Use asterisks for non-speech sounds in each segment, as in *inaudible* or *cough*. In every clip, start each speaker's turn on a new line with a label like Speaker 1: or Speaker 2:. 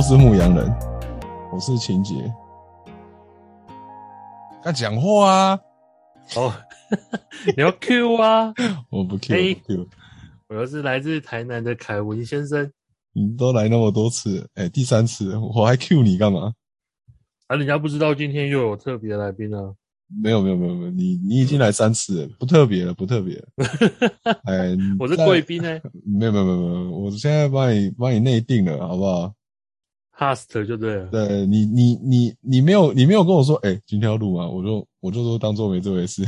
Speaker 1: 是牧羊人，我是情节。他讲话啊，
Speaker 2: 哦， *laughs* 你要 Q 啊！
Speaker 1: 我不 Q，
Speaker 2: 哎
Speaker 1: 我不 Q
Speaker 2: 我又是来自台南的凯文先生，
Speaker 1: 你都来那么多次，哎、第三次我还 Q 你干嘛？
Speaker 2: 啊，人家不知道今天又有特别来宾啊，
Speaker 1: 没有没有没有没有，你你已经来三次了，不特别了，不特别了。 *laughs* 哎、你
Speaker 2: 我是
Speaker 1: 在
Speaker 2: 贵宾呢
Speaker 1: 没有没有没有没有，我现在帮你帮你内定了，好不好？
Speaker 2: ，host 就对了，
Speaker 1: 对你你你你没有你没有跟我说，哎、今天要录吗？我就我就说当做没这回事。 *laughs*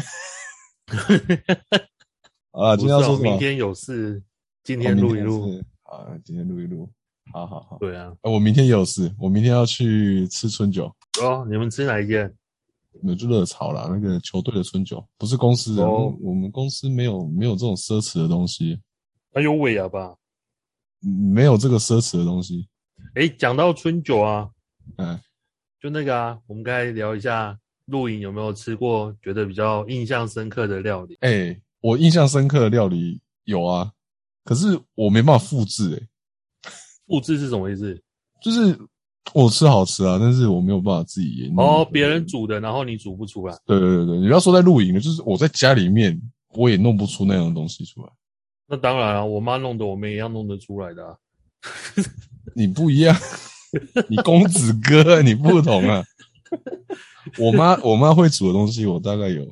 Speaker 1: 好啦，啊
Speaker 2: 不
Speaker 1: 今
Speaker 2: 是
Speaker 1: 天要说
Speaker 2: 哦，
Speaker 1: 什么？哦
Speaker 2: 明天有事，今
Speaker 1: 今
Speaker 2: 天录一录，
Speaker 1: 啊，今天录一录。好好好，
Speaker 2: 对啊，
Speaker 1: 哎我明天也有事，我明天要去吃春酒，
Speaker 2: 哦，你们吃哪一间？
Speaker 1: 那就热炒啦，那个球队的春酒，不是公司的，
Speaker 2: 哦
Speaker 1: 我们公司没有没有这种奢侈的东西，
Speaker 2: 啊，有尾牙吧？
Speaker 1: 嗯没有这个奢侈的东西。
Speaker 2: 诶，讲到春酒啊，
Speaker 1: 嗯，
Speaker 2: 就那个啊，我们刚才聊一下露营有没有吃过觉得比较印象深刻的料理？
Speaker 1: 哎、我印象深刻的料理有啊，可是我没办法复制、哎，
Speaker 2: 复制是什么意思？
Speaker 1: 就是我吃好吃啊，但是我没有办法自己研
Speaker 2: 哦，别人。煮的，然后你煮不出来。
Speaker 1: 对对对对，你不要说在露营了，就是我在家里面我也弄不出那样的东西出来。
Speaker 2: 那当然啊，我妈弄的，我们也要弄得出来的啊。
Speaker 1: 你不一样， *laughs* 你公子哥，你不同啊。我妈我妈会煮的东西，我大概有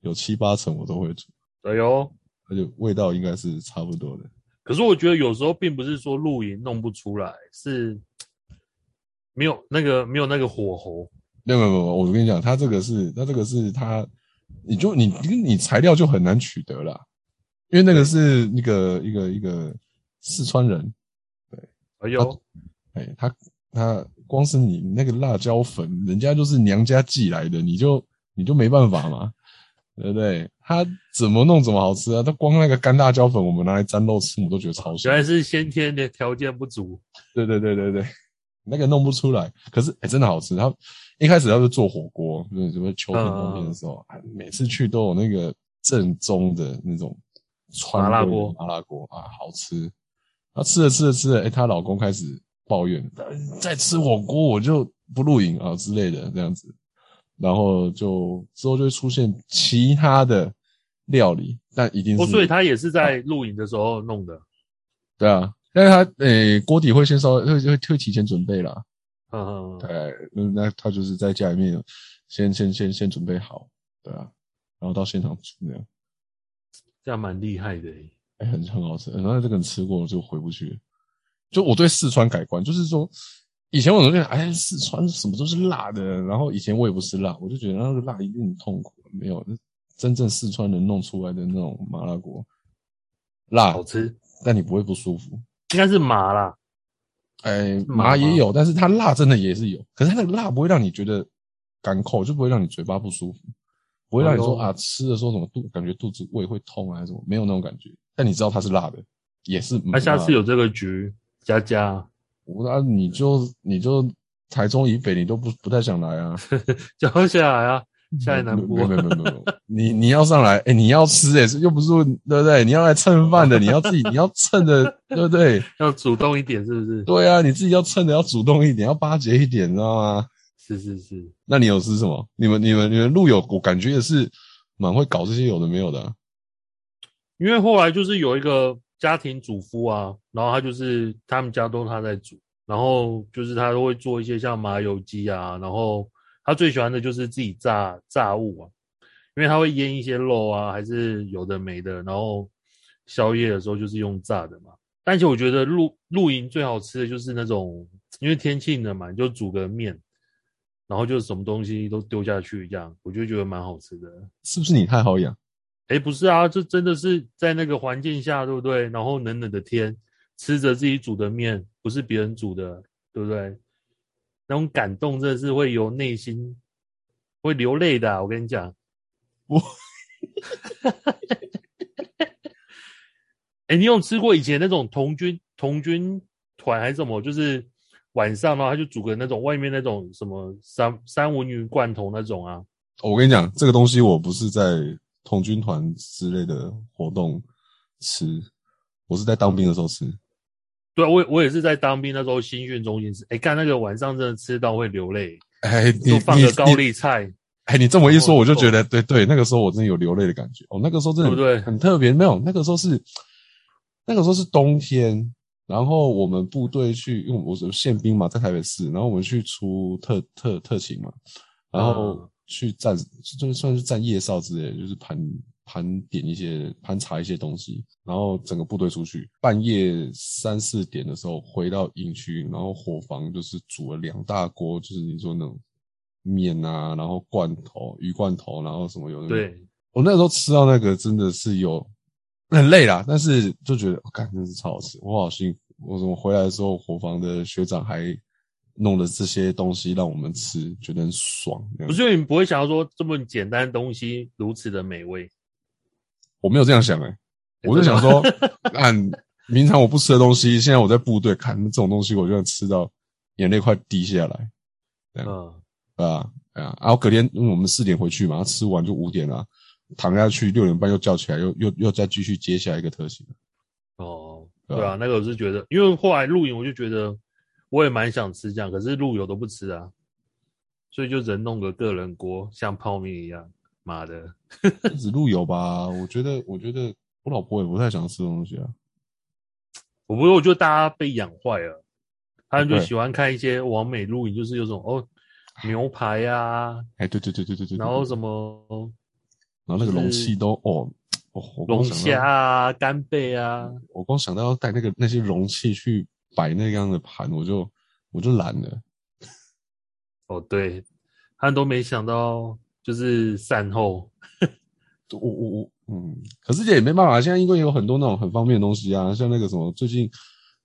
Speaker 1: 有七八成我都会煮，
Speaker 2: 哎呦，
Speaker 1: 而且味道应该是差不多的。
Speaker 2: 可是我觉得有时候并不是说露营弄不出来，是没有那个没有那个火候。
Speaker 1: 没有没有没有，我跟你讲，它这个是它这个是它，你就你你材料就很难取得啦，因为那个是那个一个一个四川人，
Speaker 2: 哎呦，
Speaker 1: 哎、他他光是你那个辣椒粉，人家就是娘家寄来的，你就你就没办法嘛，对不对？他怎么弄怎么好吃啊？他光那个干辣椒粉，我们拿来沾肉吃，我们都觉得超
Speaker 2: 原
Speaker 1: 香
Speaker 2: 来。是先天的条件不足。
Speaker 1: 对对对对对， *laughs* 那个弄不出来，可是哎、真的好吃。他一开始他是做火锅，就是什么秋天
Speaker 2: 嗯嗯
Speaker 1: 冬天的时候，哎每次去都有那个正宗的那种川
Speaker 2: 麻辣
Speaker 1: 味的
Speaker 2: 锅
Speaker 1: 麻辣锅啊，好吃。她吃着吃着吃着，哎、她老公开始抱怨，再吃火锅我就不露营啊之类的这样子，然后就之后就会出现其他的料理，但一定是、
Speaker 2: 哦，所以他也是在露营的时候弄的。
Speaker 1: 对啊，但是他诶、锅底会先稍微会会会提前准备啦，
Speaker 2: 嗯嗯，嗯
Speaker 1: 对，嗯那他就是在家里面先先先先准备好，对啊，然后到现场煮那样，
Speaker 2: 这样蛮厉害的欸耶。
Speaker 1: 哎、很很好吃。然后这个人吃过就回不去了，就我对四川改观，就是说以前我总觉得哎四川什么都是辣的，然后以前我也不吃辣，我就觉得那个辣一定很痛苦，没有真正四川人弄出来的那种麻辣锅，辣
Speaker 2: 好，吃，
Speaker 1: 但你不会不舒服。
Speaker 2: 应该是麻啦。
Speaker 1: 哎，
Speaker 2: 麻
Speaker 1: 麻
Speaker 2: 吗
Speaker 1: 也有，但是它辣真的也是有，可是它那个辣不会让你觉得干口，就不会让你嘴巴不舒服，不会让你说
Speaker 2: 哎呦
Speaker 1: 啊吃的时候什么肚感觉肚子胃会痛啊还是什么，没有那种感觉。但你知道它是辣的，也是麻
Speaker 2: 那
Speaker 1: 辣的。
Speaker 2: 下次有这个局，佳佳， *laughs*
Speaker 1: 我那、你就你就台中以北你都不不太想来啊，
Speaker 2: 叫下来啊，下来南部
Speaker 1: 没。有没有没有没有没有，你你要上来，哎、你要吃哎、又不是对不对？你要来蹭饭的，你要自己你要蹭的，对不对？
Speaker 2: 要主动一点，是不是？
Speaker 1: 对啊，你自己要蹭的要主动一点，要巴结一点，你知道吗？
Speaker 2: 是是是，
Speaker 1: 那你有吃什么？你们、你们、你们路友，我感觉也是蛮会搞这些有的没有的啊、
Speaker 2: 因为后来就是有一个家庭主妇啊，然后她就是他们家都她在煮，然后就是她都会做一些像麻油鸡啊，然后她最喜欢的就是自己炸炸物啊，因为她会腌一些肉啊，还是有的没的，然后宵夜的时候就是用炸的嘛。但是我觉得露露营最好吃的就是那种，因为天气冷嘛，你就煮个面，然后就什么东西都丢下去一样，我就觉得蛮好吃的。
Speaker 1: 是不是你太好养？
Speaker 2: 哎，不是啊，这真的是在那个环境下，对不对？然后冷冷的天，吃着自己煮的面，不是别人煮的，对不对？那种感动真的是会由内心会流泪的啊、我跟你讲，
Speaker 1: 我，
Speaker 2: 哎，你有吃过以前那种童军童军团还是什么？就是晚上呢，他就煮个那种外面那种什么三三文鱼罐头那种啊，
Speaker 1: 哦我跟你讲，这个东西我不是在童军嗯团之类的活动吃，我是在当兵的时候吃。
Speaker 2: 对啊，我也我也是在当兵那时候新训中心吃，哎，干那个晚上真的吃到会流泪，
Speaker 1: 哎，你
Speaker 2: 就放个高
Speaker 1: 你
Speaker 2: 丽菜，
Speaker 1: 哎，你这么一说，
Speaker 2: 哦
Speaker 1: 我就觉得对对，那个时候我真的有流泪的感觉。哦，那个时候真的
Speaker 2: 对不对
Speaker 1: 很特别，没有那个时候是那个时候是冬天，然后我们部队去，因为我是宪兵嘛，在台北市，然后我们去出特特特勤嘛，然后
Speaker 2: 嗯
Speaker 1: 去站，就算是站夜哨之类的，就是盘盘点一些盘查一些东西，然后整个部队出去，半夜三四点的时候回到营区，然后伙房就是煮了两大锅，就是你说那种面啊，然后罐头、鱼罐头，然后什么有的没有
Speaker 2: 对，
Speaker 1: 我那时候吃到那个真的是有很累啦，但是就觉得，哦干、真是超好吃，我好幸福。我怎么回来的时候，伙房的学长还弄了这些东西让我们吃，觉得很爽。这样
Speaker 2: 不是你不会想要说这么简单的东西如此的美味，
Speaker 1: 我没有这样想哎、
Speaker 2: 哎
Speaker 1: 我就
Speaker 2: 真
Speaker 1: 想
Speaker 2: 的
Speaker 1: 说， *laughs* 按平常我不吃的东西，现在我在部队看这种东西，我就能吃到眼泪快滴下来，
Speaker 2: 嗯，
Speaker 1: 对吧？对啊，然后隔天因为我们四点回去嘛，吃完就五点了、啊躺下去六点半又叫起来，又又又再继续接下一个特型。
Speaker 2: 哦，
Speaker 1: 对
Speaker 2: 对
Speaker 1: 啊
Speaker 2: 啊，那个我是觉得，因为后来露营我就觉得我也蛮想吃这样，可是露友都不吃啊，所以就人弄个个人锅，像泡面一样，妈的，
Speaker 1: 不止路由吧，我觉得，我觉得我老婆也不太想吃这种东西啊。
Speaker 2: 我不是，我觉得大家被养坏了，他们就
Speaker 1: 对
Speaker 2: 喜欢看一些完美露营，就是有种哦牛排啊，
Speaker 1: 哎，对对对对对对，
Speaker 2: 然后
Speaker 1: 么，
Speaker 2: 什么
Speaker 1: 然后那个容器都哦哦，我光
Speaker 2: 龙
Speaker 1: 想到
Speaker 2: 虾，啊、干贝啊，
Speaker 1: 我光想到要带那个那些容器去摆那样的盘，我就我就懒了。
Speaker 2: 哦对，他们都没想到就是善后，
Speaker 1: 我我我，嗯，可是这也没办法，现在因为有很多那种很方便的东西啊，像那个什么最近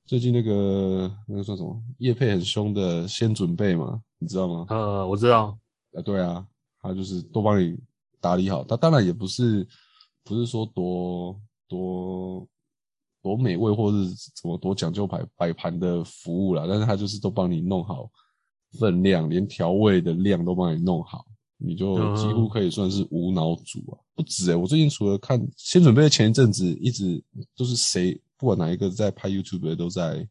Speaker 1: 最近那个那个算什么叶配很凶的，先准备嘛，你知道吗？
Speaker 2: 呃，我知道，
Speaker 1: 啊，对啊，他就是都帮你打理好。他当然也不是不是说多多多美味，或是怎么多讲究摆摆盘的服务啦，但是他就是都帮你弄好分量，连调味的量都帮你弄好，你就
Speaker 2: 嗯
Speaker 1: 几乎可以算是无脑煮啊。不止诶、我最近除了看先准备的前一阵子，一直就是谁不管哪一个在拍 YouTube 的都在。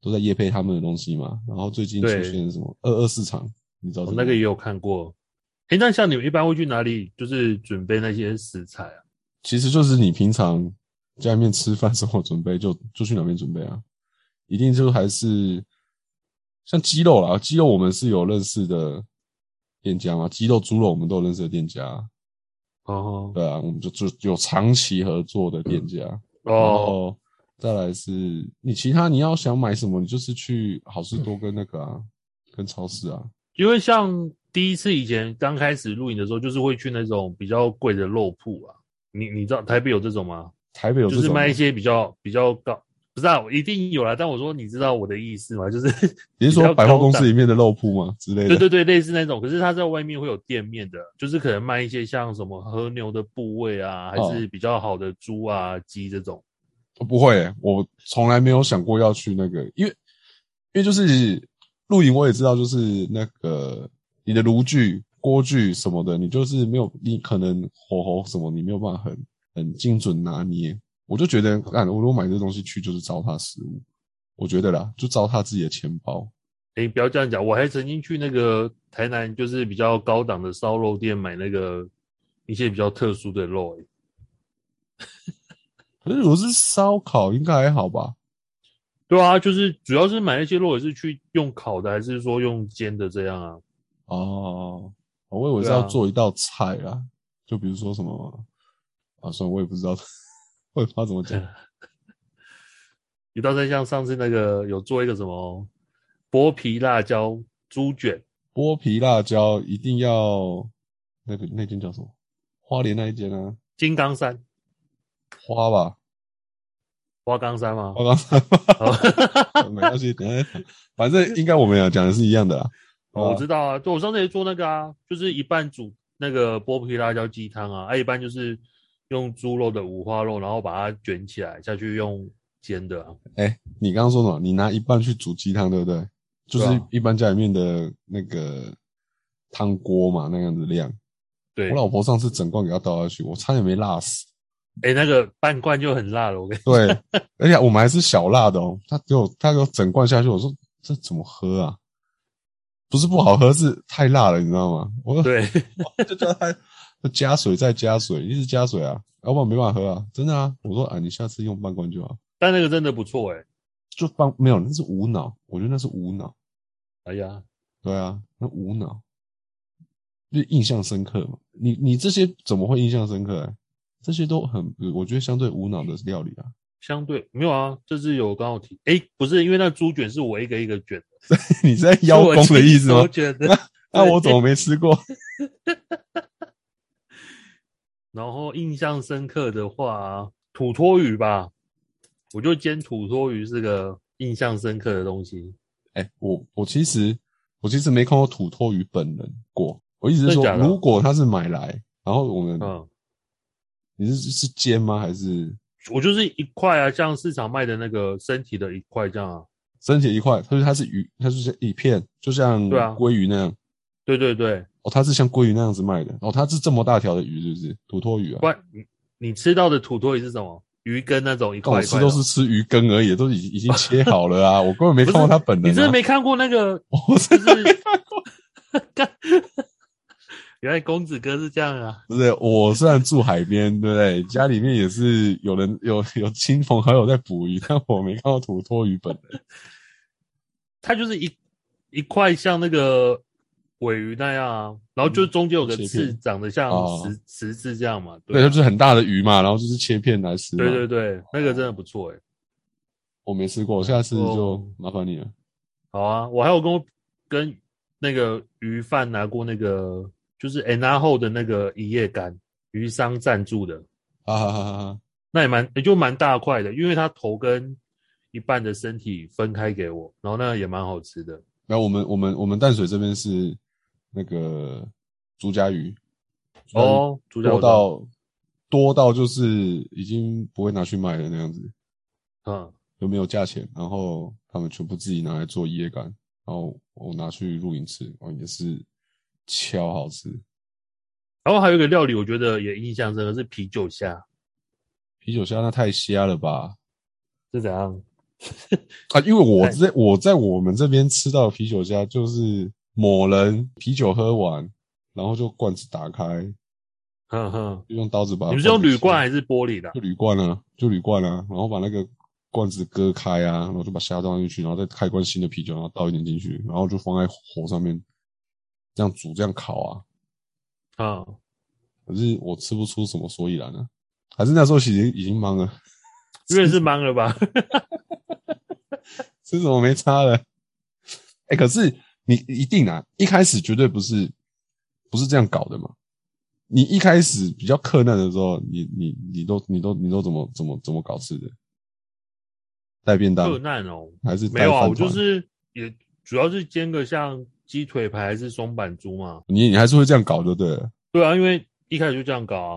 Speaker 1: 都在夜配他们的东西嘛，然后最近出
Speaker 2: 对
Speaker 1: 现什么二二市场，你知道、
Speaker 2: 我
Speaker 1: 这
Speaker 2: 那
Speaker 1: 吗
Speaker 2: 个也有看过。诶，那像你们一般会去哪里，就是准备那些食材啊？
Speaker 1: 其实就是你平常家里面吃饭时候准备就就去哪边准备啊，一定就还是像鸡肉啦，鸡肉我们是有认识的店家嘛，鸡肉、猪肉我们都有认识的店家，
Speaker 2: 哦
Speaker 1: 对啊，我们就就有长期合作的店家，然
Speaker 2: 哦，
Speaker 1: 后再来是你其他你要想买什么，你就是去好事多跟那个啊，跟超市啊，
Speaker 2: 因为像第一次以前刚开始露营的时候，就是会去那种比较贵的肉铺啊。你你知道台北有这种吗？
Speaker 1: 台北有这
Speaker 2: 就
Speaker 1: 种
Speaker 2: 是卖一
Speaker 1: 吗，
Speaker 2: 些比较比较高，不知道、一定有啦。但我说你知道我的意思吗？就是 *laughs*
Speaker 1: 你是
Speaker 2: 比
Speaker 1: 说
Speaker 2: 较
Speaker 1: 百货
Speaker 2: 高
Speaker 1: 公司
Speaker 2: 档
Speaker 1: 里面的肉铺吗之类
Speaker 2: 对
Speaker 1: 的？
Speaker 2: 对对，类似那种。可是它在外面会有店面的，就是可能卖一些像什么和牛的部位啊，还是比较好的猪啊、鸡这种。
Speaker 1: 不会欸、我从来没有想过要去那个，因为因为就是露营，我也知道，就是那个你的炉具、锅具什么的，你就是没有，你可能火候什么，你没有办法很很精准拿捏。我就觉得，干，我如果买这东西去，就是糟蹋食物，我觉得啦，就糟蹋自己的钱包。
Speaker 2: 哎，不要这样讲，我还曾经去那个台南，就是比较高档的烧肉店买那个一些比较特殊的肉、诶
Speaker 1: 可是如果是烧烤，应该还好吧？
Speaker 2: 对啊，就是主要是买那些肉，也是去用烤的，还是说用煎的这样啊？
Speaker 1: 哦，我以为是
Speaker 2: 对啊
Speaker 1: 要做一道菜啦，就比如说什么啊，算了，我也不知道， *laughs* 我也不知道怎么讲。
Speaker 2: 有道菜像上次那个有做一个什么剥皮辣椒猪卷，
Speaker 1: 剥皮辣椒一定要那个那间叫什么？花莲那一间啊，
Speaker 2: 金刚山，
Speaker 1: 花吧，
Speaker 2: 花岗山吗
Speaker 1: 花？岗山吧，
Speaker 2: 哦
Speaker 1: 没关系，等一下再讲，反正应该我们要讲的是一样的啦。
Speaker 2: 哦我
Speaker 1: 啊
Speaker 2: 知道啊，就我上次也做那个啊，就是一半煮那个剥皮辣椒鸡汤啊，啊一半就是用猪肉的五花肉，然后把它卷起来下去用煎的、啊。
Speaker 1: 你刚刚说什么？你拿一半去煮鸡汤，对不对？就是
Speaker 2: 对啊
Speaker 1: 一般家里面的那个汤锅嘛，那样子量。
Speaker 2: 对
Speaker 1: 哦我，老婆上次整罐给她倒下去，我差点没辣死。
Speaker 2: 哎、那个半罐就很辣了，我跟你 *laughs*
Speaker 1: 对， *laughs* 而且我们还是小辣的哦。他给我，他给我整罐下去，我说这怎么喝啊？不是不好喝，是太辣了，你知道吗？我
Speaker 2: 对， *laughs*
Speaker 1: *laughs* 就叫他加水再加水，一直加水啊，要不然没办法喝啊，真的啊。我说啊，你下次用半罐就好，
Speaker 2: 但那个真的不错哎、
Speaker 1: 就放没有，那是无脑，我觉得那是无脑，
Speaker 2: 哎呀，
Speaker 1: 对啊，那无脑，就印象深刻嘛。你你这些怎么会印象深刻、欸？这些都很，我觉得相对无脑的料理啊， *laughs*
Speaker 2: 相对没有啊，这次有刚好提，哎、不是因为那猪卷是我一个一个卷的，
Speaker 1: 你在邀功的意思吗
Speaker 2: *laughs* 我？卷的。
Speaker 1: 那我怎么没吃过？ *laughs*
Speaker 2: 然后印象深刻的话，啊土托鱼吧，我就煎土托鱼是个印象深刻的东西。
Speaker 1: 哎、我我其实我其实没看过土托鱼本人过，我一直
Speaker 2: 真
Speaker 1: 说，
Speaker 2: 假的
Speaker 1: 如果他是买来，然后我们、
Speaker 2: 嗯，
Speaker 1: 你是是煎吗？还是
Speaker 2: 我就是一块啊，像市场卖的那个身体的一块这样啊。
Speaker 1: 身体一块？他说它是鱼，它就是一片，就像
Speaker 2: 对啊
Speaker 1: 鲑鱼那样。
Speaker 2: 对对对，
Speaker 1: 哦，它是像鲑鱼那样子卖的。哦，它是这么大条的鱼，是不是？土托鱼啊
Speaker 2: 不，然你你吃到的土托鱼是什么？鱼羹那种一
Speaker 1: 但
Speaker 2: 块
Speaker 1: 我
Speaker 2: 一
Speaker 1: 吃
Speaker 2: 块的
Speaker 1: 哦
Speaker 2: 啊
Speaker 1: 都是吃鱼羹而已，都已已经切好了
Speaker 2: *laughs*
Speaker 1: 啊，我根本没
Speaker 2: 不是
Speaker 1: 看过他本人、啊。
Speaker 2: 你真的没看过那个？
Speaker 1: *laughs* 我
Speaker 2: 就
Speaker 1: 真 *laughs* 的
Speaker 2: 是干， *laughs* 原来公子哥是这样啊！
Speaker 1: 不是，我虽然住海边，对不对？家里面也是有人有有亲朋好友在捕鱼，但我没看到土托鱼本人。
Speaker 2: 它就是一一块像那个尾鱼那样啊，然后就中间有个
Speaker 1: 嗯切片
Speaker 2: 刺，长得像
Speaker 1: 哦
Speaker 2: 十十字这样嘛。
Speaker 1: 对，
Speaker 2: 啊
Speaker 1: 它就是哦很大的鱼嘛，然后就是切片来吃嘛。
Speaker 2: 对对对，那个真的不错哎、
Speaker 1: 我没吃过，下次就
Speaker 2: 哦
Speaker 1: 麻烦你了。
Speaker 2: 好啊，我还有跟我跟那个鱼贩拿过那个，就是 n r 后的那个一夜干，鱼商赞助的，
Speaker 1: 哈哈哈哈哈！
Speaker 2: 那也蛮也就蛮大块的，因为它头跟一半的身体分开给我，然后那个也蛮好吃的。
Speaker 1: 然后我们我们我们淡水这边是那个竹夹鱼，竹夹鱼
Speaker 2: 哦，主角
Speaker 1: 多到多到就是已经不会拿去卖了那样子，
Speaker 2: 嗯，
Speaker 1: 就没有价钱，然后他们全部自己拿来做椰干，然后我拿去露营吃，哦也是超好吃。
Speaker 2: 然后还有一个料理，我觉得也印象深刻是啤酒虾，
Speaker 1: 啤酒虾那太瞎了吧？
Speaker 2: 是怎样？ *laughs*
Speaker 1: 啊，因为我在我在我们这边吃到的啤酒虾，就是某人啤酒喝完，然后就罐子打开，
Speaker 2: 哼哼，
Speaker 1: 就用刀子把它
Speaker 2: 你们是用
Speaker 1: 子
Speaker 2: 铝
Speaker 1: 切
Speaker 2: 罐还是玻璃的啊？
Speaker 1: 就铝罐啊，就铝罐啊，然后把那个罐子割开啊，然后就把虾倒进去，然后再开罐新的啤酒，然后倒一点进去，然后就放在火上面这样煮，这样烤啊。
Speaker 2: 嗯，
Speaker 1: 可是我吃不出什么所以然啊，还是那时候已经已经忙了，
Speaker 2: 因为是忙了吧？
Speaker 1: 吃什么没差了。哎、可是你一定啊，一开始绝对不是不是这样搞的嘛。你一开始比较克难的时候，你你你都你都你都怎么怎么怎么搞吃的？带
Speaker 2: *laughs*
Speaker 1: 便当
Speaker 2: 特难哦，
Speaker 1: 还是
Speaker 2: 没
Speaker 1: 带
Speaker 2: 有啊，
Speaker 1: 饭
Speaker 2: 我就
Speaker 1: 团
Speaker 2: 是也主要是煎个像鸡腿排还是松板猪嘛。
Speaker 1: 你你还是会这样搞的，对了。
Speaker 2: 对啊，因为一开始就这样搞啊，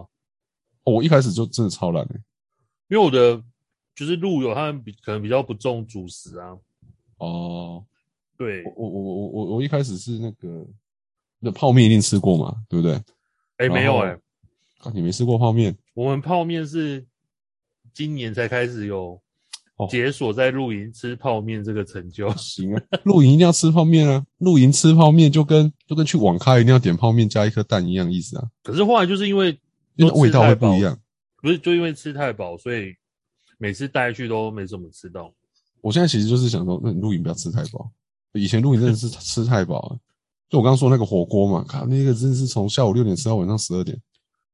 Speaker 1: 哦，我一开始就真的超懒的、欸
Speaker 2: 因为我的就是路友他们比可能比较不重主食啊。
Speaker 1: 哦，
Speaker 2: 对
Speaker 1: 我，我我我我我一开始是那个，那泡面一定吃过嘛，对不对？
Speaker 2: 哎，没有
Speaker 1: 然后啊
Speaker 2: 哎、
Speaker 1: 你没吃过泡面，
Speaker 2: 我们泡面是今年才开始有
Speaker 1: 哦
Speaker 2: 解锁在露营吃泡面这个成就。 *laughs*
Speaker 1: 行啊， *laughs* 露营一定要吃泡面啊！露营吃泡面就跟就跟去网咖一定要点泡面加一颗蛋一样意思啊，
Speaker 2: 可是后来就是因为
Speaker 1: 因为
Speaker 2: 都吃
Speaker 1: 味道
Speaker 2: 太
Speaker 1: 会不
Speaker 2: 饱
Speaker 1: 一样。
Speaker 2: 不是就因为吃太饱，所以每次带去都没怎么吃到。
Speaker 1: 我现在其实就是想说，那你露营不要吃太饱。以前露营真的是吃太饱了，就我刚刚说那个火锅嘛，靠，那个真的是从下午六点吃到晚上十二点，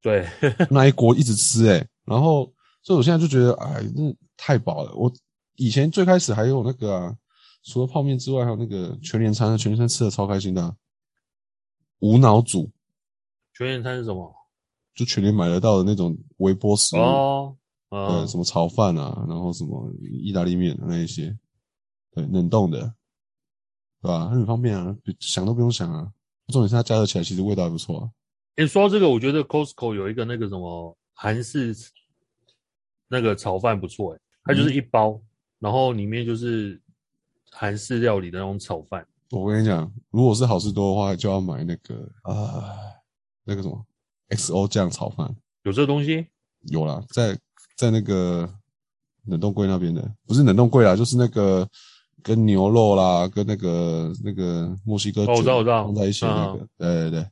Speaker 2: 对，
Speaker 1: 那一锅一直吃哎、欸然后所以我现在就觉得，哎，那太饱了。我以前最开始还有那个啊，除了泡面之外，还有那个全联餐，全联餐吃的超开心的啊、无脑煮
Speaker 2: 全员餐是什么？
Speaker 1: 就全联买得到的那种微波食物，
Speaker 2: 哦，
Speaker 1: 呃，
Speaker 2: 嗯，
Speaker 1: 什么炒饭啊，然后什么意大利面、啊、那一些，对，冷冻的，对吧？很方便啊，比想都不用想啊。重点是它加热起来其实味道还不错啊。
Speaker 2: 你说到这个，我觉得 Costco 有一个那个什么韩式那个炒饭不错，哎，它
Speaker 1: 嗯
Speaker 2: 就是一包，然后里面就是韩式料理的那种炒饭，
Speaker 1: 我跟你讲，如果是好事多的话，就要买那个啊、那个什么 XO 酱炒饭，
Speaker 2: 有这个东西？
Speaker 1: 有啦，在在那个冷冻柜那边的，不是冷冻柜啦，就是那个跟牛肉啦，跟那个那个墨西哥
Speaker 2: 哦我知道我知道啊
Speaker 1: 放在一起的那个，对对对，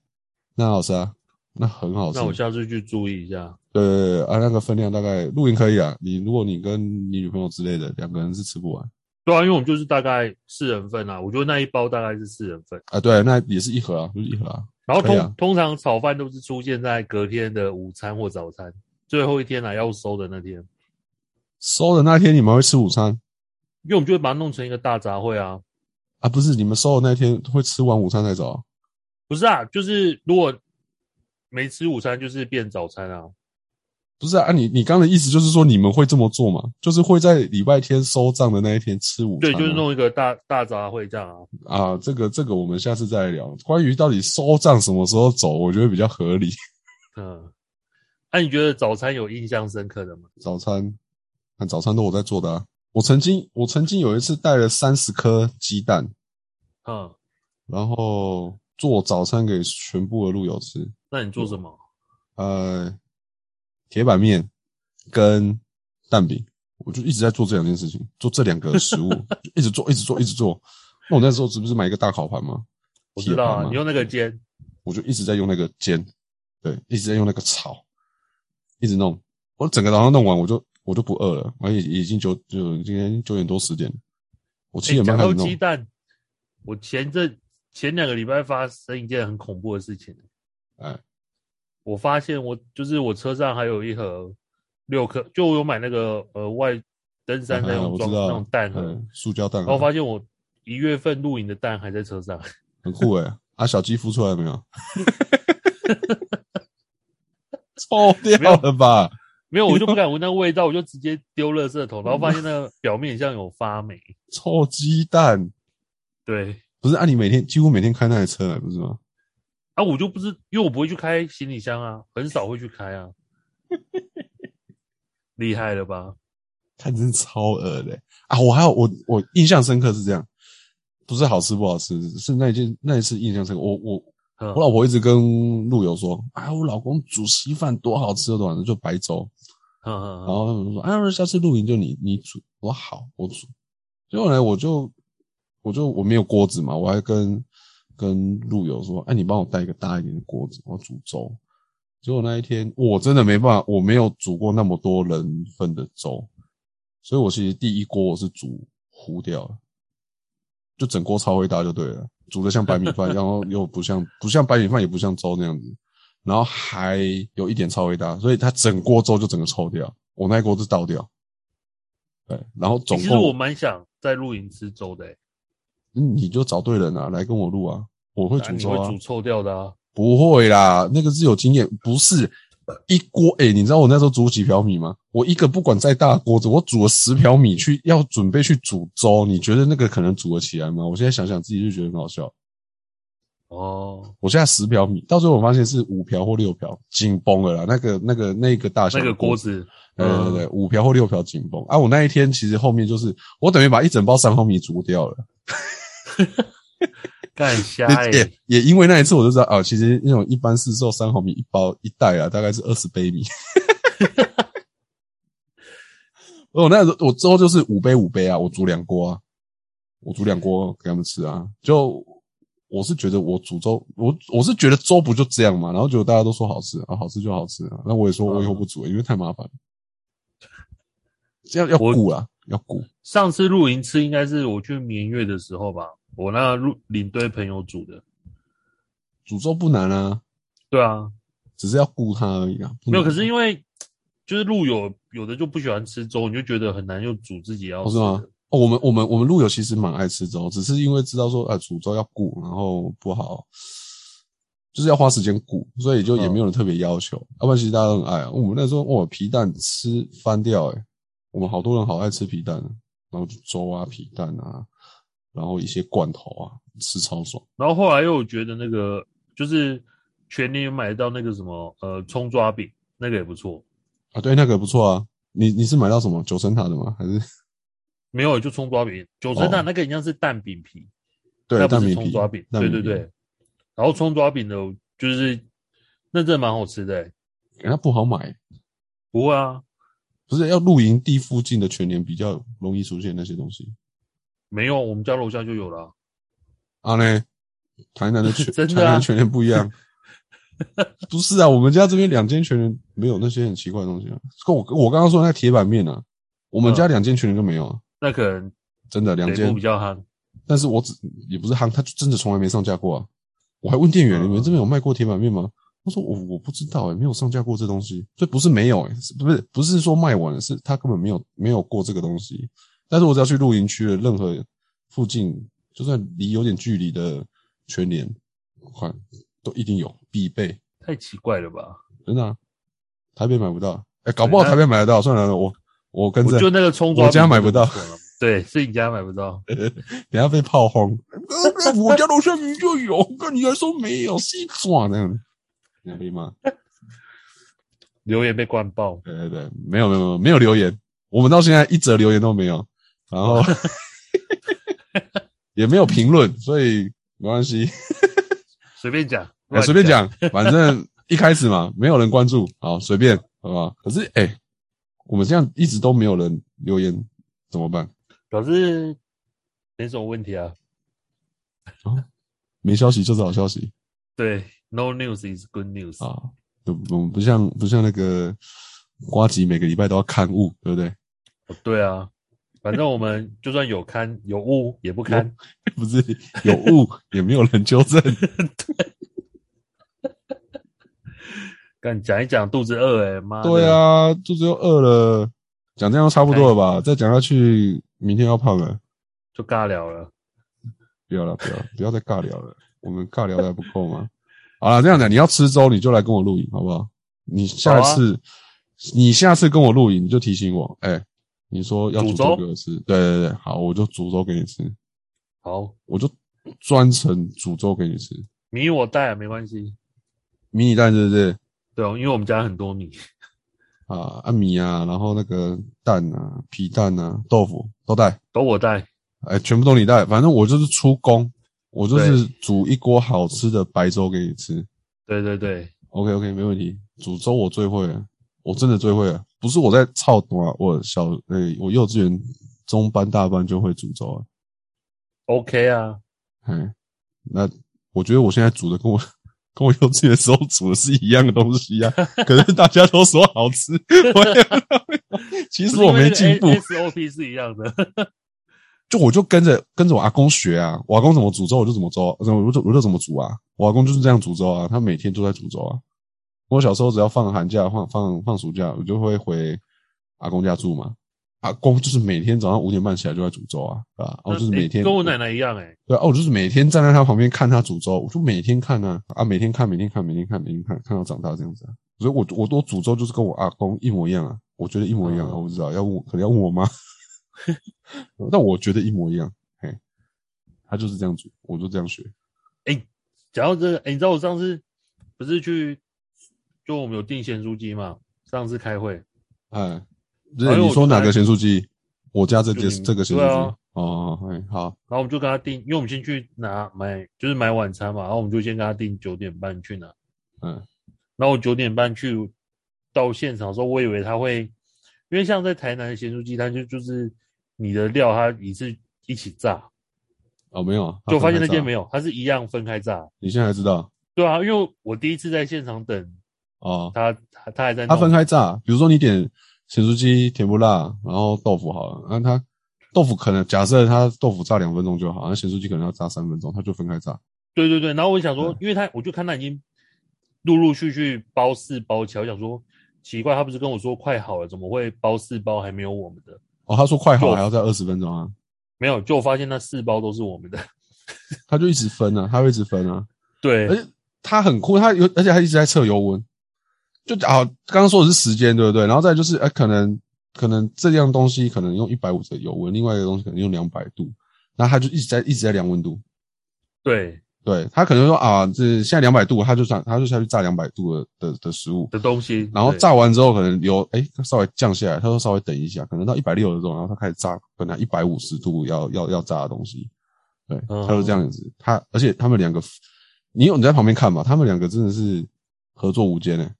Speaker 1: 那好吃啊，那很好吃
Speaker 2: 那。我下次去注意一下。
Speaker 1: 对对对啊，那个分量大概露营可以啊，你如果你跟你女朋友之类的两个人是吃不完
Speaker 2: 对啊，因为我们就是大概四人份啊，我觉得那一包大概是四人份。
Speaker 1: 啊，对，那也是一盒啊，就是一盒啊，
Speaker 2: 然后
Speaker 1: 可以
Speaker 2: 通、
Speaker 1: 啊
Speaker 2: 通常炒饭都是出现在隔天的午餐或早餐，最后一天啊来要收的那天，
Speaker 1: 收的那天你们会吃午餐
Speaker 2: 因为我们就会把它弄成一个大杂烩啊。
Speaker 1: 啊？不是，你们收的那天会吃完午餐再走啊
Speaker 2: 不是啊，就是如果没吃午餐，就是变早餐啊。
Speaker 1: 不是啊，啊你你刚的意思就是说你们会这么做吗？就是会在礼拜天收账的那一天吃午餐
Speaker 2: 对，
Speaker 1: 吗？
Speaker 2: 就是弄一个大大杂烩这样啊。
Speaker 1: 啊，这个这个我们下次再来聊。关于到底收账什么时候走，我觉得比较合理。 *laughs*
Speaker 2: 嗯，那、你觉得早餐有印象深刻的吗？
Speaker 1: 早餐，看早餐都我在做的啊。我曾经我曾经有一次带了三十颗鸡蛋，
Speaker 2: 嗯，
Speaker 1: 然后做早餐给全部的路友吃，
Speaker 2: 那你做什么？
Speaker 1: 呃，铁板面跟蛋饼，我就一直在做这两件事情，做这两个
Speaker 2: *laughs*
Speaker 1: 食物，就一直做，一直做，一直做。那我那时候是不是买一个大烤盘吗？
Speaker 2: 我知道
Speaker 1: 铁盘
Speaker 2: 啊，
Speaker 1: 吗
Speaker 2: 你用那个煎，
Speaker 1: 我就一直在用那个煎，对，一直在用那个炒，一直弄。我整个早上弄完，我就我就不饿了，而且已经九就今天九点多十点了，我七
Speaker 2: 诶
Speaker 1: 点半
Speaker 2: 哎讲
Speaker 1: 开
Speaker 2: 到
Speaker 1: 始弄
Speaker 2: 鸡。蛋，我前阵前两个礼拜发生一件很恐怖的事情。
Speaker 1: 哎，
Speaker 2: 我发现我就是我车上还有一盒六颗，就我有买那个呃外登山
Speaker 1: 啊
Speaker 2: 那种
Speaker 1: 我
Speaker 2: 装、
Speaker 1: 知
Speaker 2: 那
Speaker 1: 道
Speaker 2: 种蛋盒，
Speaker 1: 嗯，塑胶蛋
Speaker 2: 然
Speaker 1: 盒
Speaker 2: 后发现我一月份露营的蛋还在车上，
Speaker 1: 很酷诶、啊，小鸡孵出来没有？ *laughs* 臭掉了吧？
Speaker 2: 没
Speaker 1: *laughs*
Speaker 2: 有我就不敢闻那个味道，我就直接丢垃圾桶，然后发现那个表面像有
Speaker 1: *laughs*
Speaker 2: 发霉。
Speaker 1: 臭鸡蛋！
Speaker 2: 对，
Speaker 1: 不是啊，你每天几乎每天开那台车来不是吗？
Speaker 2: 啊，我就不是因为我不会去开行李箱啊，很少会去
Speaker 1: *laughs*
Speaker 2: 开啊。厉害了吧？
Speaker 1: 看真是超恶的、啊！我还有我我印象深刻是这样，不是好吃不好吃，是那一件那一次印象深刻。我我
Speaker 2: 嗯
Speaker 1: 我老婆一直跟路友说，啊，我老公煮稀饭多好吃，多好吃，就白粥。然
Speaker 2: 嗯嗯
Speaker 1: 后他们就说，啊，下次露营就你你煮，我说好，我煮。结果呢，我就我就我没有锅子嘛，我还跟跟路友说，哎、你帮我带一个大一点的锅子，我要煮粥。结果那一天我真的没办法，我没有煮过那么多人份的粥，所以我其实第一锅我是煮糊掉了，就整锅超会大就对了，煮的像白米饭，然后又不像不像白米饭，也不像粥那样子，然后还有一点超会大，所以它整锅粥就整个臭掉，我那一锅就倒掉。对，然后
Speaker 2: 嗯，
Speaker 1: 总
Speaker 2: 其实
Speaker 1: 共
Speaker 2: 我蛮想在露营吃粥的、欸，
Speaker 1: 嗯你就找对人啊，来跟我录啊，我会
Speaker 2: 啊
Speaker 1: 煮
Speaker 2: 你
Speaker 1: 粥
Speaker 2: 会
Speaker 1: 啊，
Speaker 2: 煮臭掉的啊。
Speaker 1: 不会啦，那个是有经验，不是一锅。哎、你知道我那时候煮几瓢米吗？我一个不管再大的锅子，我煮了十瓢米去，要准备去煮粥，你觉得那个可能煮得起来吗？我现在想想自己就觉得很好笑。
Speaker 2: 哦，
Speaker 1: 我现在十瓢米，到最后我发现是五瓢或六瓢，紧绷了啦。那个、那个、那个大小
Speaker 2: 那
Speaker 1: 的
Speaker 2: 个锅，子，
Speaker 1: 对对对
Speaker 2: 嗯
Speaker 1: 对，五瓢或六瓢紧绷啊！我那一天其实后面就是，我等于把一整包三毫米煮掉了。
Speaker 2: 干虾哎、
Speaker 1: 也也也因为那一次，我就知道啊，其实那种一般市售三毫米一包一袋啊，大概是二十杯米。 *laughs* 我哦那时候我之后就是五杯五杯啊，我煮两锅啊，我煮两锅给他们吃啊。就我是觉得我煮粥，我我是觉得粥不就这样嘛，然后结果大家都说好吃啊，好吃就好吃啊。那我也说
Speaker 2: 嗯
Speaker 1: 我以后不煮了，因为太麻烦了，这样要
Speaker 2: 我
Speaker 1: 顾啊，要顾。
Speaker 2: 上次露营吃应该是我去绵月的时候吧，我那露领队朋友煮的。
Speaker 1: 煮粥不难啊，
Speaker 2: 对啊，
Speaker 1: 只是要顾它而已啊。不
Speaker 2: 没有，
Speaker 1: 难
Speaker 2: 可是因为就是露友有的就不喜欢吃粥，你就觉得很难又煮自己要
Speaker 1: 哦，
Speaker 2: 吃
Speaker 1: 是
Speaker 2: 的。
Speaker 1: 吗？哦，我们我们我们路友其实蛮爱吃粥，只是因为知道说啊，煮粥要顾，然后不好，就是要花时间顾，所以就
Speaker 2: 嗯
Speaker 1: 也没有人特别要求。要不然其实大家都很爱、啊。我们那时候哇，皮蛋吃翻掉诶、我们好多人好爱吃皮蛋、啊，然后就粥啊、皮蛋啊，然后一些罐头啊，吃超爽。
Speaker 2: 然后后来又觉得那个就是全年买到那个什么呃葱抓饼，那个也不错。
Speaker 1: 啊，对，那个不错啊。你你是买到什么九层塔的吗？还是
Speaker 2: 没有，就葱抓饼，九层塔
Speaker 1: 哦
Speaker 2: 那个一样是蛋饼皮，
Speaker 1: 对
Speaker 2: 那不
Speaker 1: 蛋
Speaker 2: 是
Speaker 1: 饼
Speaker 2: 葱
Speaker 1: 皮？
Speaker 2: 抓饼。
Speaker 1: 蛋
Speaker 2: 对
Speaker 1: 饼
Speaker 2: 对
Speaker 1: 皮
Speaker 2: 对，，然后葱抓饼的，就是那真的蛮好吃的欸、
Speaker 1: 人家不好买、
Speaker 2: 不会啊，
Speaker 1: 不是要露营地附近的全年比较容易出现那些东西。
Speaker 2: 没有，我们家楼下就有了啊、
Speaker 1: 啊呢，台南的全
Speaker 2: *laughs* 真的啊
Speaker 1: 台南全年不一
Speaker 2: *laughs*
Speaker 1: 样。不是啊，我们家这边两间全年没有那些很奇怪的东西啊。跟我我刚刚说的那铁板面啊，我们
Speaker 2: 嗯
Speaker 1: 家两间全年都没有啊，
Speaker 2: 那可能
Speaker 1: 真的两
Speaker 2: 北
Speaker 1: 间
Speaker 2: 部比。较夯。
Speaker 1: 但是我只也不是夯，他就真的从来没上架过啊。我还问店员，
Speaker 2: 嗯
Speaker 1: 你们这边有卖过铁板面吗？他说我我不知道哎、没有上架过这东西。所以不是没有哎、是不是不是说卖完了，是他根本没有没有过这个东西。但是我只要去露营区的任何附近，就算离有点距离的全联款，都一定有必备，
Speaker 2: 太奇怪了吧？
Speaker 1: 真的啊、台北买不到，哎、搞不好
Speaker 2: 对那
Speaker 1: 台北买得到。算了，我我跟
Speaker 2: 我
Speaker 1: 着
Speaker 2: 就，那个葱抓饼
Speaker 1: 我家买不到
Speaker 2: 就错了，对，是你家买不到。
Speaker 1: 等一下被炮轰。呃我家楼下明明就有，跟你还说没有，西爪那样，你要被骂。
Speaker 2: 留言被灌爆，
Speaker 1: 对对对，没有没有没有没有留言，我们到现在一则留言都没有，然后 *laughs* 也没有评论，所以没关系，
Speaker 2: 随便讲，
Speaker 1: 哎随便。讲，反正一开始嘛，没有人关注，好随便，好吧？可是哎、我们这样一直都没有人留言，怎么办？
Speaker 2: 表示没什么问题啊。
Speaker 1: 没消息就是好消息
Speaker 2: 对，No news is good news。
Speaker 1: 啊！对我们不像不像那个瓜吉每个礼拜都要刊物，对不对？ *laughs*
Speaker 2: 对啊，反正我们就算有刊
Speaker 1: *laughs*
Speaker 2: 有物也不刊，
Speaker 1: 不是有误，也没有人纠正。 *laughs*
Speaker 2: 干讲一讲肚子饿哎、妈的！
Speaker 1: 对啊，肚子又饿了，讲这样差不多了吧？再讲下去，明天要胖了。
Speaker 2: 就尬聊了。
Speaker 1: 不要了，不要了，不要再尬聊了。我们尬聊的还不够吗？好了，这样讲，你要吃粥，你就来跟我录影，好不好？啊你下次，你下次跟我录影，你就提醒我，哎、你说要煮
Speaker 2: 煮粥
Speaker 1: 粥给我吃，对对对，好，我就煮粥给你吃，
Speaker 2: 好，
Speaker 1: 我就专程煮粥给你吃。
Speaker 2: 米我带啊，没关系。
Speaker 1: 迷你蛋是不是？
Speaker 2: 对哦，因为我们家很多米，
Speaker 1: 啊，啊米啊，然后那个蛋啊，皮蛋啊，豆腐都带。
Speaker 2: 都我带。
Speaker 1: 哎，全部都你带，反正我就是出工，我就是煮一锅好吃的白粥给你吃。
Speaker 2: 对对对，
Speaker 1: OK OK，没问题。煮粥我最会了，我真的最会了，不是我在操懂啊，我小呃、我幼稚园中班大班就会煮粥啊了。
Speaker 2: OK 啊，
Speaker 1: 哎，那我觉得我现在煮的跟我跟我幼稚园的时候煮的是一样的东西啊，可是大家都说好吃，我也 *laughs* 其实我没进步。
Speaker 2: ，SOP 是一样的。
Speaker 1: 就我就跟着跟着我阿公学啊，我阿公怎么煮粥我就怎么粥，啊呃我就我就怎么煮啊。我阿公就是这样煮粥啊，他每天都在煮粥啊。我小时候只要放寒假、放放放暑假，我就会回阿公家住嘛。阿公就是每天早上五点半起来就在煮粥啊，啊，我就是每天
Speaker 2: *laughs* 诶跟我奶奶一样哎、
Speaker 1: 对啊，我就是每天站在他旁边看他煮粥，我就每天看啊啊，每天看，每天看，每天看，每天看，看到长大这样子啊。所以我我我煮粥就是跟我阿公一模一样啊，我觉得一模一样啊，
Speaker 2: 哦
Speaker 1: 我不知道要问我可能要问我妈， *laughs* 但我觉得一模一样，嘿，他就是这样煮，我就这样学。
Speaker 2: 讲到这个，哎、你知道我上次不是去，就我们有订咸酥鸡嘛？上次开会，
Speaker 1: 哎，不是
Speaker 2: 哎
Speaker 1: 你
Speaker 2: 我
Speaker 1: 说
Speaker 2: 觉得
Speaker 1: 哪
Speaker 2: 还
Speaker 1: 个咸酥鸡？我家这
Speaker 2: 就
Speaker 1: 件
Speaker 2: 你
Speaker 1: 这个咸酥
Speaker 2: 对
Speaker 1: 鸡
Speaker 2: 啊
Speaker 1: 哦，哎好，
Speaker 2: 然后我们就跟他订，因为我们先去拿买，就是买晚餐嘛，然后我们就先跟他订九点半去拿。
Speaker 1: 嗯，
Speaker 2: 然后我九点半去到现场的时候，我以为他会，因为像在台南的咸酥鸡，它就就是你的料，它一次一起炸，
Speaker 1: 哦没有啊，
Speaker 2: 就发现那间没
Speaker 1: 有，
Speaker 2: 有，它是一样分开炸。
Speaker 1: 你现在还知道
Speaker 2: 对啊，因为我第一次在现场等
Speaker 1: 哦，
Speaker 2: 他，他他还在
Speaker 1: 它
Speaker 2: 弄
Speaker 1: 分开炸，比如说你点咸酥鸡、甜不辣，然后豆腐好了，那它豆腐可能假设它豆腐炸两分钟就好，那咸酥鸡可能要炸三分钟，它就分开炸。
Speaker 2: 对对对，然后我
Speaker 1: 嗯
Speaker 2: 想说，因为他我就看他已经陆陆续续包四包起来，我想说奇怪，他不是跟我说快好了，怎么会包四包还没有我们的？
Speaker 1: 哦，他说快好
Speaker 2: 就
Speaker 1: 还要再二十分钟啊，
Speaker 2: 没有，就我发现那四包都是我
Speaker 1: *laughs*
Speaker 2: 们的。
Speaker 1: 他就一直分啊，他会一直分啊，
Speaker 2: 对
Speaker 1: 而，且他很酷，他有而且他一直在测油温，就啊刚刚说的是时间对不对？然后再来就是呃可能可能这样东西可能用一百五的油温，另外一个东西可能用两百度，然后他就一直在一直在量温度，
Speaker 2: 对
Speaker 1: 对他可能说啊这现在两百度，他就算他就下去炸两百度的的的食物，
Speaker 2: 的东西，
Speaker 1: 然后
Speaker 2: 对
Speaker 1: 炸完之后可能油哎、稍微降下来，他说稍微等一下，可能到一百六的时候，然后他开始炸本来一百五十度要要要炸的东西，对，
Speaker 2: 嗯
Speaker 1: 他就这样子，他而且他们两个，你有你在旁边看嘛，他们两个真的是合作无间哎、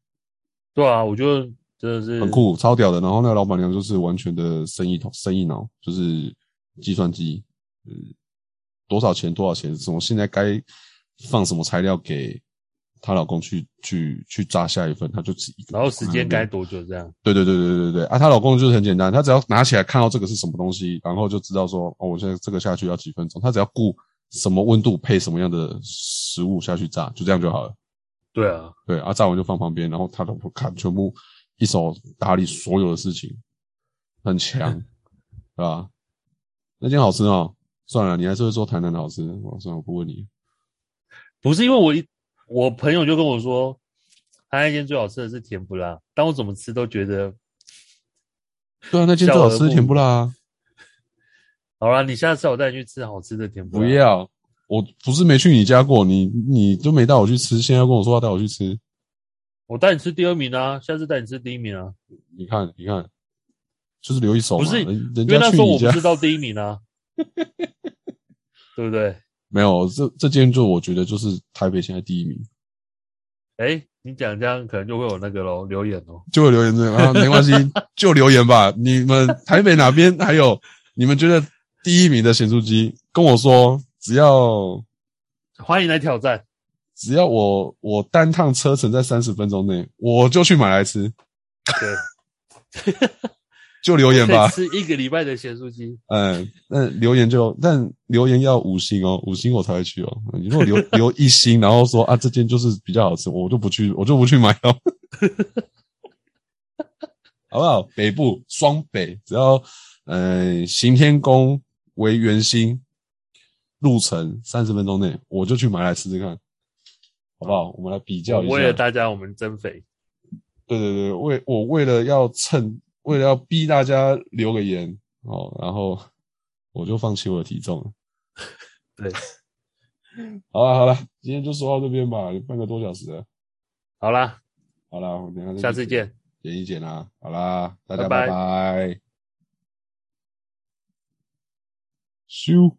Speaker 2: 对啊，我就真的是
Speaker 1: 很。酷，超屌的。然后那个老板娘就是完全的生意头生意脑，就是计算机，呃，多少钱多少钱，什么现在该放什么材料给她老公去去去炸下一份，她就只一个。
Speaker 2: 然后时间该多久这样？
Speaker 1: 对对对对对对啊！她老公就是很简单，他只要拿起来看到这个是什么东西，然后就知道说哦，我现在这个下去要几分钟，他只要顾什么温度配什么样的食物下去炸，就这样就好了。
Speaker 2: 对啊，
Speaker 1: 对，啊，炸完就放旁边，然后他老婆看全部一手打理所有的事情，很
Speaker 2: *laughs*
Speaker 1: 强，对吧？那间好吃哦，算了，你还是会说台南的好吃，我算了，我不问你。
Speaker 2: 不是因为我一我朋友就跟我说，他那间最好吃的是甜不辣，但我怎么吃都觉得，
Speaker 1: 对啊，那间最好吃是甜不辣啊！
Speaker 2: 好啦，你下次我带你去吃好吃的甜不辣。
Speaker 1: 不，要，我不是没去你家过，你你都没带我去吃，现在跟我说要带我去吃，
Speaker 2: 我带你吃第二名啊，下次带你吃第一名啊，
Speaker 1: 你看你看，就是留一手嘛，
Speaker 2: 不是
Speaker 1: 人
Speaker 2: 因
Speaker 1: 人家
Speaker 2: 为那
Speaker 1: 去
Speaker 2: 时候
Speaker 1: 你
Speaker 2: 我不
Speaker 1: 家
Speaker 2: 知道第一名啊， *laughs* 对不对？
Speaker 1: 没有，这这间就我觉得就是台北现在第一名。
Speaker 2: 哎，你讲这样可能就会有那个喽留言哦。
Speaker 1: 就留言这个啊，没关系，就留言吧。你们台北哪边还有你们觉得第一名的咸酥鸡？跟我说，只要
Speaker 2: 欢迎来挑战，
Speaker 1: 只要我我单趟车程在三十分钟内，我就去买来吃。 *laughs*
Speaker 2: 对，
Speaker 1: 就留言
Speaker 2: 可以
Speaker 1: 吧，
Speaker 2: 吃一个礼拜的咸酥鸡，
Speaker 1: 嗯，那留言就但留言要五星哦，五星我才会去哦。你如果
Speaker 2: *laughs*
Speaker 1: 留留一星，然后说啊这间就是比较好吃，我就不去，我就不去买哦， *laughs* 好不好？北部双北，只要呃行天宫为圆心，路程三十分钟内，我就去买来吃吃看，好不好？我们来比较一下。
Speaker 2: 为了大家我们增肥。
Speaker 1: 对对对，为我为了要蹭，为了要逼大家留个言哦，然后我就放弃我的体重了。
Speaker 2: *laughs* 对，
Speaker 1: 好了好了，今天就说到这边吧，有半个多小时了。
Speaker 2: 好啦，
Speaker 1: 好啦，我等一下再
Speaker 2: 下次见。
Speaker 1: 剪一剪啦。好啦，大家
Speaker 2: 拜拜
Speaker 1: 拜拜。咻。